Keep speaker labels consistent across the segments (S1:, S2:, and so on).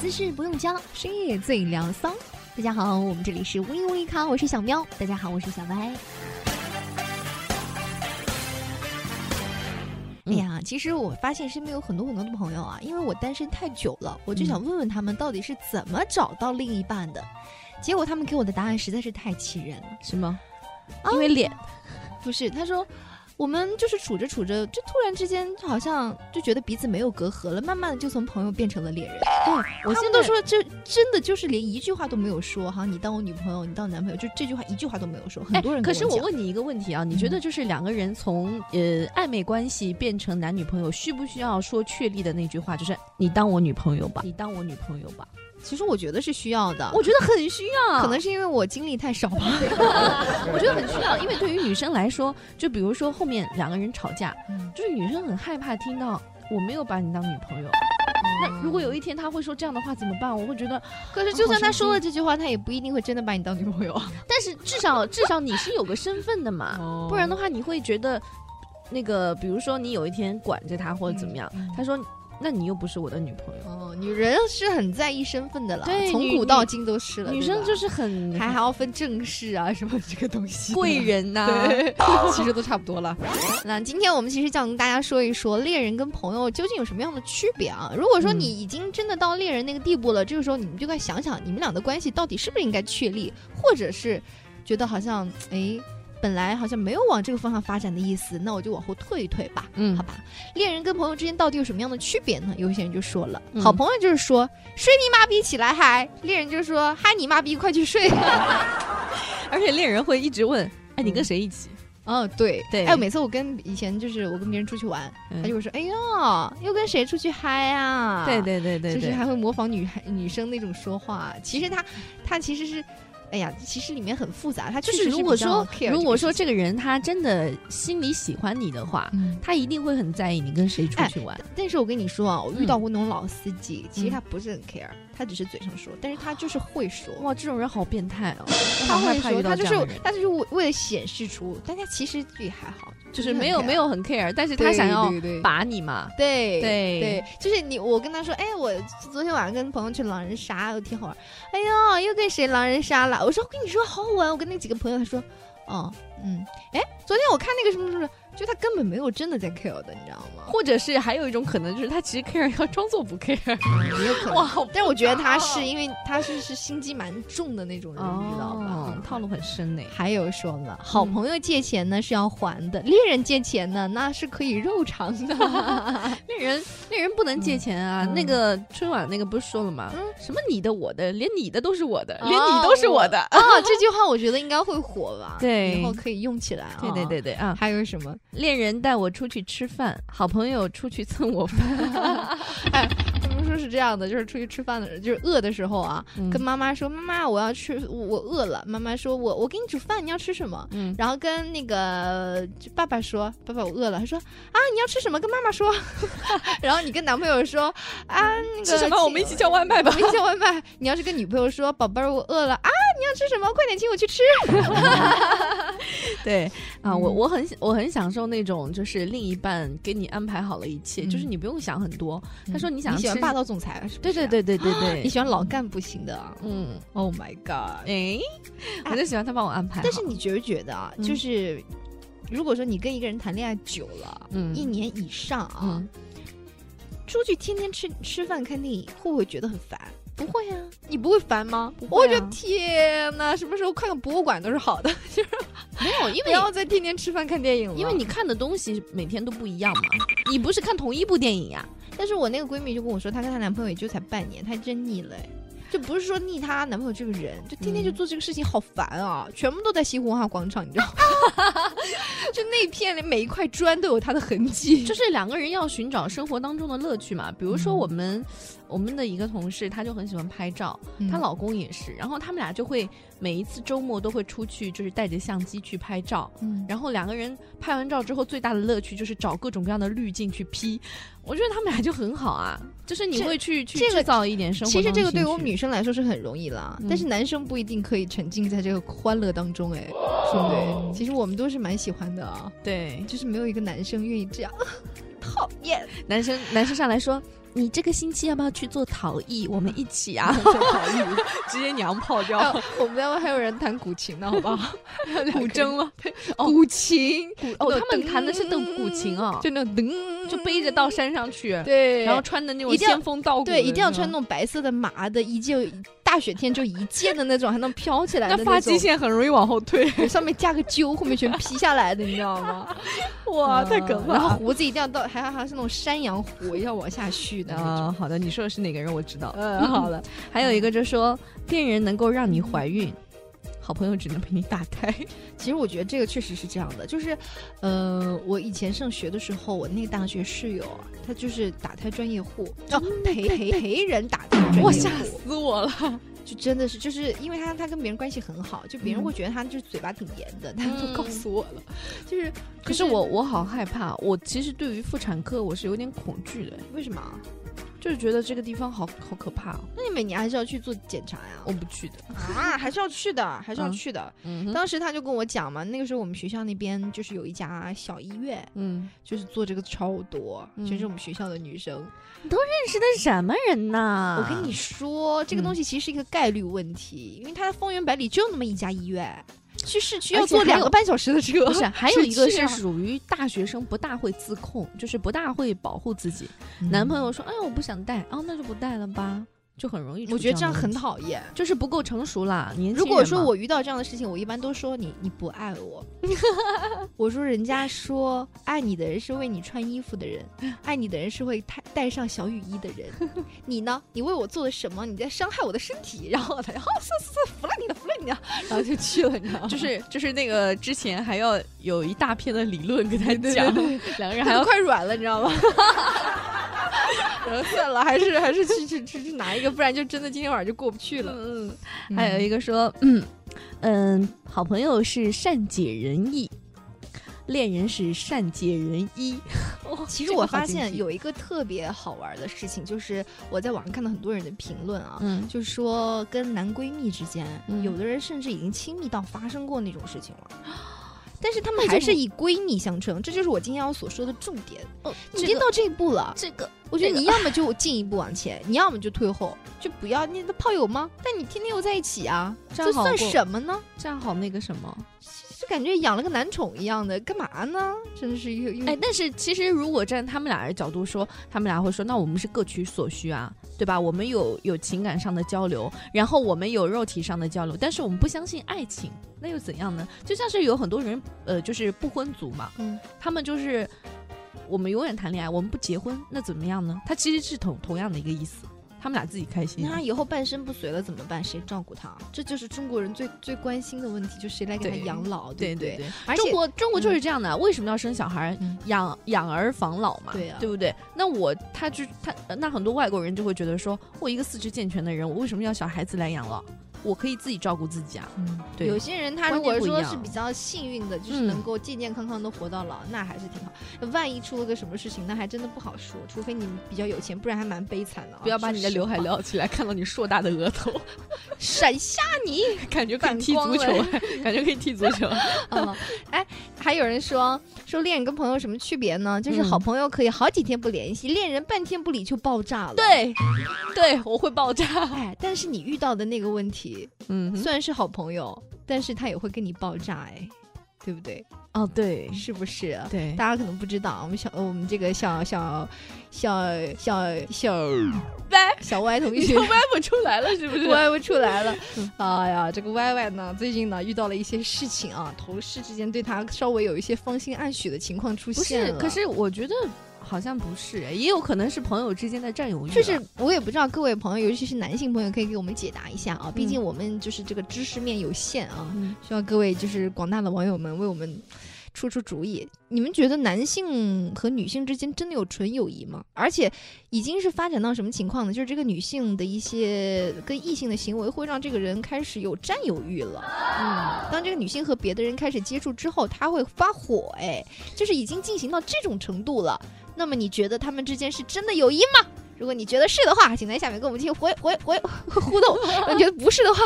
S1: 姿势不用教。
S2: 深夜最聊骚。大家好，我们这里是微微咖，我是小喵。大家好，我是小歪。
S3: 嗯
S2: 哎呀，其实我发现身边有很多很多的朋友啊，因为我单身太久了，我就
S3: 嗯
S2: 想问问他们到底是怎么找到另一半的。结果他们给我的答案实在是太气人了。
S3: 什么？
S1: 啊
S3: 因为脸
S1: 不是，他说我们就是处着处着，就突然之间好像就觉得彼此没有隔阂了，慢慢的就从朋友变成了恋人。对，我现在都说这真的就是连一句话都没有说，哈，你当我女朋友，你当我男朋友，就这句话一句话都没有说。很多人跟
S3: 哎可是
S1: 我
S3: 我
S1: 讲
S3: 问你一个问题啊，你觉得就是两个人从呃暧昧关系变成男女朋友，需不需要说确立的那句话，就是你当我女朋友吧，你当我女朋友吧？
S1: 其实我觉得是需要的，
S3: 我觉得很需要，
S2: 可能是因为我经历太少吧。
S3: 我觉得很需要，啊因为对于女生来说，就比如说后面两个人吵架，
S2: 嗯
S3: 就是女生很害怕听到我没有把你当女朋友。那如果有一天他会说这样的话怎么办？我会觉得，
S1: 可嗯是就算他说了这句话，他也不一定会真的把你当女朋 友啊。
S3: 但是至少至少你是有个身份的嘛，
S1: 哦
S3: 不然的话你会觉得，那个比如说你有一天管着他或者怎么
S1: 嗯
S3: 样，他说那你又不是我的女朋友，
S2: 哦，女人是很在意身份的啦，
S3: 对
S2: 从
S3: 女
S2: 古到今都是了。
S3: 女
S2: 对
S3: 生
S2: 吧
S3: 就是很
S2: 还还要分正式啊什么这个东西。
S3: 贵人呐、
S2: 对， 其实都差不多了。 那今天我们其实想跟大家说一说恋人跟朋友究竟有什么样的区别啊？如果说你已经真的到恋人那个地步了，这个时候你们就该想想，你们俩的关系到底是不是应该确立，或者是觉得好像哎。本来好像没有往这个方向发展的意思，那我就往后退一退吧，
S3: 嗯
S2: 好吧。恋人跟朋友之间到底有什么样的区别呢？有一些人就说了，
S3: 嗯
S2: 好朋友就是说睡你妈逼起来嗨，恋人就说嗨你妈逼快去睡。
S3: 而且恋人会一直问，哎，你跟谁一起？
S2: 嗯，对
S3: 对
S2: 哎，每次我跟以前就是我跟别人出去玩，
S3: 嗯
S2: 他就会说：“哎呦，又跟谁出去嗨啊？”
S3: 对对对对
S2: 就是
S3: 对，
S2: 还会模仿女孩女生那种说话。其实他他其实是，哎呀，其实里面很复杂。他
S3: 就
S2: 确
S3: 是
S2: 实
S3: 如果
S2: 比较
S3: 说
S2: care
S3: 如果说
S2: 这个事
S3: 这个人他真的心里喜欢你的话，
S2: 情，嗯
S3: 他一定会很在意你跟谁出
S2: 哎
S3: 去玩。
S2: 但是我跟你说啊，我遇
S3: 嗯
S2: 到过那种老司机，其实
S3: 嗯
S2: 他不是很 care，他只是嘴上说，但是他就是会说。
S3: 哇，这种人好变态哦！
S2: 他
S3: 我
S2: 会
S3: 好害怕
S2: 说，
S3: 遇
S2: 他
S3: 到
S2: 就
S3: 这
S2: 是
S3: 样的人，
S2: 他就是为为了显示出，但他其实也还好，
S3: 就是
S2: 很
S3: 没有
S2: care
S3: 没有很 care，但是他想要
S2: 对对对
S3: 把你嘛。
S2: 对
S3: 对
S2: 对，就是你，我跟他说，哎，我昨天晚上跟朋友去狼人杀，挺好玩。哎呦，又跟谁狼人杀了？我说我跟你说好好玩，我跟那几个朋友，他说，哦，嗯，哎，昨天我看那个什么什么，就他根本没有真的在 care 的，你知道 吗？
S3: 或者是还有一种可能就是他其实 care 要装作不 care，
S2: 也有可能。
S3: 哇，哦好
S2: 但是我觉得他是因为他是是心机蛮重的那种人，你知道吧？嗯
S3: 哦，套路很深呢。
S2: 还有说了，好
S3: 嗯
S2: 朋友借钱呢是要还的，恋人借钱呢那是可以肉偿 的。
S3: 恋人恋人不能借钱啊，
S2: 嗯
S3: 那个春晚那个不是说了吗？什么你的我的，连你的都是我的，
S2: 哦
S3: 连你都是我的。
S2: 啊，这句话我觉得应该会火吧？
S3: 对
S2: 以后可以用起来啊。
S3: 对对。对对啊！
S2: 还有什么？
S3: 恋人带我出去吃饭，好朋友出去蹭我饭，
S2: 他们说是这样的，就是出去吃饭的时候，就是饿的时候啊，
S3: 嗯
S2: 跟妈妈说：“妈妈，我要吃，我我饿了。”妈妈说：“我我给你煮饭，你要吃什么？”
S3: 嗯，
S2: 然后跟那个就爸爸说：“爸爸，我饿了。”他说：“啊，你要吃什么？跟妈妈说。” 然后你跟男朋友说：“啊，那个
S3: 吃什么？我们一起叫外卖吧
S2: 我。们一起叫外卖。”你要是跟女朋友说：“宝贝儿，我饿了啊，你要吃什么？快点请我去吃。
S3: 对啊，我
S2: 嗯
S3: 我很我很享受那种，就是另一半给你安排好了一切，就是
S2: 嗯
S3: 你不用想很多。”他说：“你
S2: 你
S3: 想
S2: 喜
S3: 吃
S2: 欢霸道总裁是不
S3: 对
S2: 是？
S3: 对，对对对对，
S2: 你喜欢老干部型的啊
S3: 嗯，
S2: ？Oh my god！
S3: 哎， 我就喜欢他帮我安排。
S2: 但是，你觉不觉得啊？
S3: 嗯
S2: 就是如果说你跟一个人谈恋爱久了，
S3: 嗯
S2: 一年以上啊，
S3: 嗯，
S2: 出去天天吃吃饭看电影，会不会觉得很烦？不会啊，你不会烦吗？
S3: 不
S2: 我
S3: 会啊
S2: 觉得天哪，什么时候看个博物馆都是好 的，就是
S3: 没有，因
S2: 不
S3: 为
S2: 要再天天吃饭看电影了。
S3: 因为你，看的东西每天都不一样嘛，你不是看同一部电影呀、
S2: 但是我那个闺蜜就跟我说，她跟她男朋友也就才半年，她真腻了哎。就不是说腻她男朋友这个人，就天天就
S3: 嗯
S2: 做这个事情，好烦啊！全部都在西湖文化广场，你知道吗？ 就那片连每一块砖都有她的痕迹，
S3: 就是两个人要寻找生活当中的乐趣嘛。比如说我们、我们的一个同事，她就很喜欢拍照，她
S2: 嗯
S3: 老公也是，然后他们俩就会每一次周末都会出去，就是带着相机去拍照。
S2: 嗯，
S3: 然后两个人拍完照之后，最大的乐趣就是找各种各样的滤镜去 P，我觉得他们俩就很好啊，就是你
S2: 这
S3: 会去去
S2: 这个
S3: 制造一点生活
S2: 其
S3: 当
S2: 实
S3: 中的兴趣。
S2: 这个对我们女生来说是很容易啦，
S3: 嗯
S2: 但是男生不一定可以沉浸在这个欢乐当中，哎，是不对？
S3: 哦
S2: 其实我们都是蛮喜欢的啊，
S3: 对
S2: 就是没有一个男生愿意这样。
S1: 讨厌。
S3: 男生男生上来说，你这个星期要不要去做陶艺？我们一起啊。
S2: 讨厌，
S3: 直接娘炮掉。
S2: 哎我们单位还有人弹古琴呢，好不 好？
S3: 古 筝吗？
S2: 古琴，
S3: 哦，他们弹的是那种古琴啊，
S2: 就那种噔，
S3: 就背着到山上去，
S2: 对，
S3: 然后穿的那种
S2: 一定要
S3: 仙风道骨的那
S2: 对，
S3: 种。
S2: 一定要穿那种白色的麻的，一件大雪天就一件的那种，还能飘起来的
S3: 那发
S2: 种
S3: 际，线很容易往 后退。
S2: 对上面架个揪，后面全披下来的，你知道吗？
S3: 哇，
S2: 嗯
S3: 太可怕
S2: 然后
S3: 了。
S2: 胡子一定要到，还还还是那种山羊胡，要往下蓄的那种。
S3: 啊，好的，你说的是哪个人？我知道。
S2: 嗯
S3: 嗯，好了，还有一个就是说，恋人能够让你怀孕，好朋友只能陪你打 胎。
S2: 其实我觉得这个确实是这样的，就是，呃，我以前上学的时候，我那个大学室友啊，他就是打胎专业户，哦，陪陪陪人打胎专业户，
S3: 我吓死我了！
S2: 就真的是，就是因为他他跟别人关系很好，就别人
S3: 嗯
S2: 会觉得他就是嘴巴挺严的，他嗯都告诉我了，就是，
S3: 可是我我好害怕，我其实对于妇产科我是有点恐惧的，
S2: 为什么啊？
S3: 就是觉得这个地方好好可怕哦，
S2: 那你每年还是要去做检查呀？
S3: 我不去的。
S2: 啊，还是要去的，还是要
S3: 嗯
S2: 去的。
S3: 嗯
S2: 当时他就跟我讲嘛，那个时候我们学校那边就是有一家小医院，
S3: 嗯，
S2: 就是做这个超多，
S3: 嗯
S2: 全是我们学校的女生。
S3: 认识的什么人呐？
S2: 我跟你说，这个
S3: 嗯
S2: 东西其实是一个概率问题，因为它方圆百里只有那么一家医院，去市区
S3: 而
S2: 要
S3: 且
S2: 坐
S3: 还
S2: 两
S3: 有
S2: 个半小时的车。
S3: 不是，啊还有一个
S2: 是啊这
S3: 是
S2: 样
S3: 属于大学生不大会自控，就是不大会保护自己。
S2: 嗯
S3: 男朋友说：“哎，我不想带，哦，那就不带了吧。”就很容易出
S2: 我觉得这样
S3: 的
S2: 很
S3: 问题，
S2: 讨厌。
S3: 就是不够成熟啦。年轻
S2: 如果
S3: 人
S2: 说
S3: 嘛
S2: 我遇到这样的事情，我一般都说你你不爱我， 我说人家说爱你的人是为你穿衣服的人，爱你的人是会带带上小雨衣的 人，你呢？你为我做了什么？你在伤害我的身体，然后他，哦，是是是，服了你了，服了你了， 然后就去了，你知道吗？
S3: 就是就是那个之前还要有一大篇的理论跟他
S2: 对
S3: 讲，
S2: 对
S3: 两个人还
S2: 还
S3: 要
S2: 快软了，你知道 吗？然后算了，还是还是去去去去拿一个，不然就真的今天晚上就过不去了。
S3: 嗯，
S2: 嗯
S3: 还有一个说，嗯嗯，好朋友是善解人意，恋人是善解人意。哦
S2: 其实我发现，有一个特别好玩的事情，就是我在网上看到很多人的评论啊，
S3: 嗯，
S2: 就说跟男闺蜜之间，
S3: 嗯
S2: 有的人甚至已经亲密到发生过那种事情了。 但是他
S3: 那
S2: 们
S3: 就
S2: 还是以闺蜜相称，这就是我今天要所说的重点。
S3: 哦，
S2: 你已经到这一步了，
S3: 这个
S2: 我觉得
S3: 这个
S2: 你要么就进一步往前，你要么就退后，就不要你的炮友吗？但你天天又在一起啊，
S3: 这
S2: 这
S3: 样好
S2: 算
S3: 过
S2: 什么呢？
S3: 这样好那个什么。
S2: 就感觉养了个男宠一样的，干嘛呢？真是又又
S3: 哎，但是其实如果站他们俩的角度说，他们俩会说，那我们是各取所需啊，对吧？我们有有情感上的交流，然后我们有肉体上的交流，但是我们不相信爱情，那又怎样呢？就像是有很多人，呃，就是不婚族嘛，
S2: 嗯，
S3: 他们就是我们永远谈恋爱，我们不结婚，那怎么样呢？他其实是同同样的一个意思，他们俩自己开心
S2: 那
S3: 啊、
S2: 他以后半身不遂了怎么办？谁照顾他？这就是中国人最最关心的问题，就谁来给他
S3: 对
S2: 养老，
S3: 对
S2: 不
S3: 对
S2: 对？
S3: 对，
S2: 而且
S3: 中国中国就
S2: 嗯
S3: 是这样的，为什么要生小孩？
S2: 嗯
S3: 养养儿防老嘛，
S2: 对啊
S3: 不对？那我他就他呃那很多外国人就会觉得说，我一个四肢健全的人，我为什么要小孩子来养老？我可以自己照顾自己啊。
S2: 嗯
S3: 对
S2: 有些人他
S3: 观
S2: 如
S3: 念
S2: 果
S3: 不一
S2: 说
S3: 样
S2: 是比较幸运的，就是
S3: 嗯
S2: 能够健健康康的活到老，那还是挺好。万一出了个什么事情，那还真的不好说，除非你比较有钱，不然还蛮悲惨的、啊。
S3: 不要把
S2: 说
S3: 你的
S2: 实
S3: 刘海
S2: 话
S3: 撩起来，看到你硕大的额头，
S2: 闪瞎你。
S3: 感觉可以
S2: 反
S3: 踢足
S2: 光
S3: 球， 感觉可以踢足球。
S2: 嗯， 哎，还有人说说恋人跟朋友有什么区别呢？就是好
S3: 嗯
S2: 朋友可以好几天不联系，恋人半天不理就爆炸了。，
S3: 对，对，我会爆炸。
S2: 哎，但是你遇到的那个问题，
S3: 嗯哼，
S2: 虽然是好朋友，但是他也会跟你爆炸，哎，对不对？
S3: 哦，对，
S2: 是不是？啊
S3: 对，
S2: 大家可能不知道，我们小我们这个小小小小小
S3: 歪
S2: 小歪 同
S3: 你
S2: 学
S3: 就歪不出来了，是不是？
S2: 歪不出来了
S3: 嗯。
S2: 哎呀，这个歪歪呢，最近呢遇到了一些事情啊，同事之间对他稍微有一些芳心暗许的情况出
S3: 不
S2: 现
S3: 是，
S2: 了。
S3: 可是我觉得好像不是，也有可能是朋友之间的占有欲啊。
S2: 就是我也不知道各位朋友，尤其是男性朋友，可以给我们解答一下啊，毕竟我们就是这个知识面有限啊，
S3: 嗯，
S2: 希望各位就是广大的网友们为我们出出主意。你们觉得男性和女性之间真的有纯友谊吗？而且已经是发展到什么情况呢？就是这个女性的一些跟异性的行为，会让这个人开始有占有欲了。
S3: 嗯，
S2: 当这个女性和别的人开始接触之后，她会发火，哎，就是已经进行到这种程度了。那么你觉得他们之间是真的友谊吗？如果你觉得是的话，请在下面跟我们进行回回回互动；如果你觉得不是的话，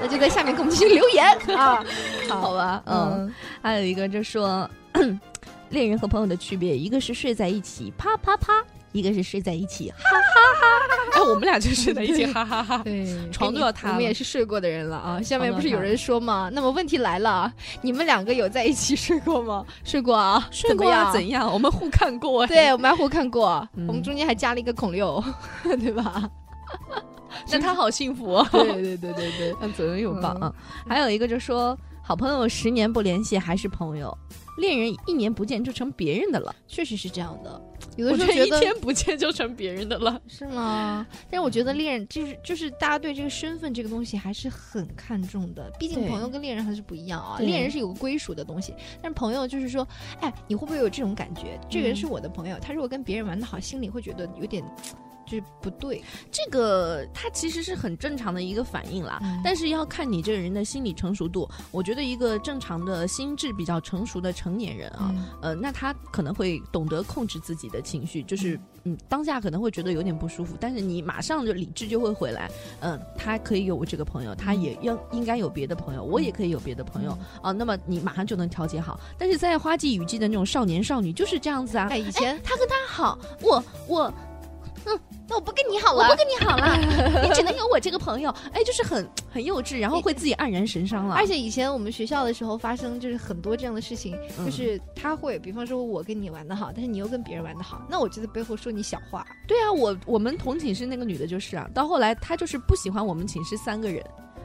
S2: 那就在下面给我们进行留言啊。
S3: 嗯好吧，嗯。还有一个就说，恋人和朋友的区别，一个是睡在一起啪啪啪，一个是睡在一起哈。哎，我们俩就睡在一起，哈哈哈。
S2: 对，
S3: 床都要塌了
S2: 我们也是睡过的人了啊。下面
S3: 床都要
S2: 不是有
S3: 塌了
S2: 人说嘛？那么问题来了，啊你们两个有在一起睡过吗？ 睡过啊，
S3: 睡过
S2: 怎么
S3: 啊？
S2: 样？
S3: 怎样？我们互看 过、哎，
S2: 对，我们还互看过，
S3: 嗯
S2: 我们中间还加了一个孔六， 对吧？
S3: 那他好幸福、哦。
S2: 对对对对对，
S3: 那左拥有抱
S2: 嗯
S3: 啊。还有一个就说，好朋友十年不联系还是朋友，恋人一年不见就成别人的了。
S2: 确实是这样的。有
S3: 我
S2: 的时
S3: 觉
S2: 候觉
S3: 得一
S2: 得
S3: 天不见就成别人的了。
S2: 是吗？但是我觉得恋人就是就是大家对这个身份这个东西还是很看重的，毕竟
S3: 对
S2: 朋友跟恋人还是不一样啊。
S3: 对
S2: 恋人是有个归属的东西，但是朋友就是说，哎，你会不会有这种感觉？这个人是我的朋友，他如果跟别人玩的好，心里会觉得有点就是不对。
S3: 这个他其实是很正常的一个反应啦，
S2: 嗯
S3: 但是要看你这个人的心理成熟度。我觉得一个正常的心智比较成熟的成年人啊，
S2: 嗯
S3: 呃，那他可能会懂得控制自己的情绪，就是嗯，当下可能会觉得有点不舒服，但是你马上就理智就会回来，嗯，他可以有我这个朋友，他也要应该有别的朋友，我也可以有别的朋友
S2: 嗯
S3: 啊、那么你马上就能调节好。但是在花季雨季的那种少年少女就是这样子啊，
S2: 哎，以前
S3: 他跟他好，我我嗯
S2: 那我不跟你好
S3: 我不跟你好 了，你只能有我这个朋友，哎，就是很很幼稚，然后会自己黯然神伤了，
S2: 而且以前我们学校的时候发生就是很多这样的事情，
S3: 嗯
S2: 就是他会，比方说我跟你玩的好，但是你又跟别人玩的好，那我就在背后说你小话。。
S3: 对啊，我我们同寝室那个女的就是啊，到后来她就是不喜欢我们寝室三个人，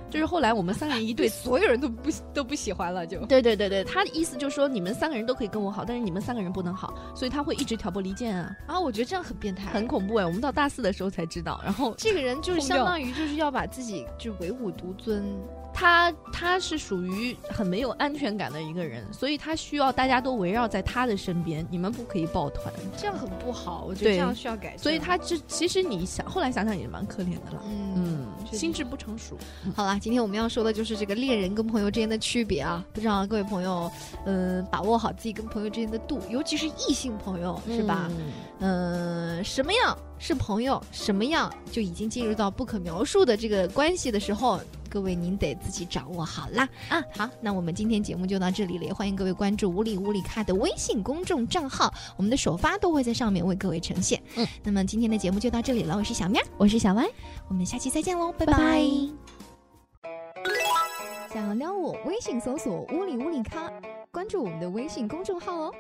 S3: 就是后来我们三人一对
S2: 所有人都不都不喜欢了就。
S3: 对对对对，她的意思就是说你们三个人都可以跟我好，但是你们三个人不能好，所以她会一直挑拨离间啊，
S2: 啊，我觉得这样很变态，
S3: 很恐怖哎。我们到大四的时候才知道，然后
S2: 这个人就是
S3: 疯
S2: 相
S3: 掉
S2: 当于就是要把自己就唯我独尊，
S3: 她她是属于很没有安全感的一个人，所以她需要大家都围绕在她的身边，你们不可以抱团。
S2: 这样很不好，我觉得这
S3: 对
S2: 样需要改正。
S3: 所以她这其实你想后来想想也蛮可怜的了，
S2: 嗯。
S3: 嗯，
S2: 确实
S3: 心智不成熟。
S2: 好啦，今天我们要说的就是这个恋人跟朋友之间的区别啊！不知道各位朋友，嗯、把握好自己跟朋友之间的度，尤其是异性朋友，是
S3: 是吧
S2: 吧？？嗯、什么样是朋友，什么样就已经进入到不可描述的这个关系的时候，各位您得自己掌握好啦。啊，好，那我们今天节目就到这里了，也欢迎各位关注“无理无理咖”的微信公众账号，我们的首发都会在上面为各位呈现。
S3: 嗯，
S2: 那么今天的节目就到这里了，我是小喵，
S3: 我是小歪。
S2: 我们下期再见喽，拜
S3: 拜拜
S2: 想撩我，微信搜索“屋里屋里咖”，关注我们的微信公众号哦。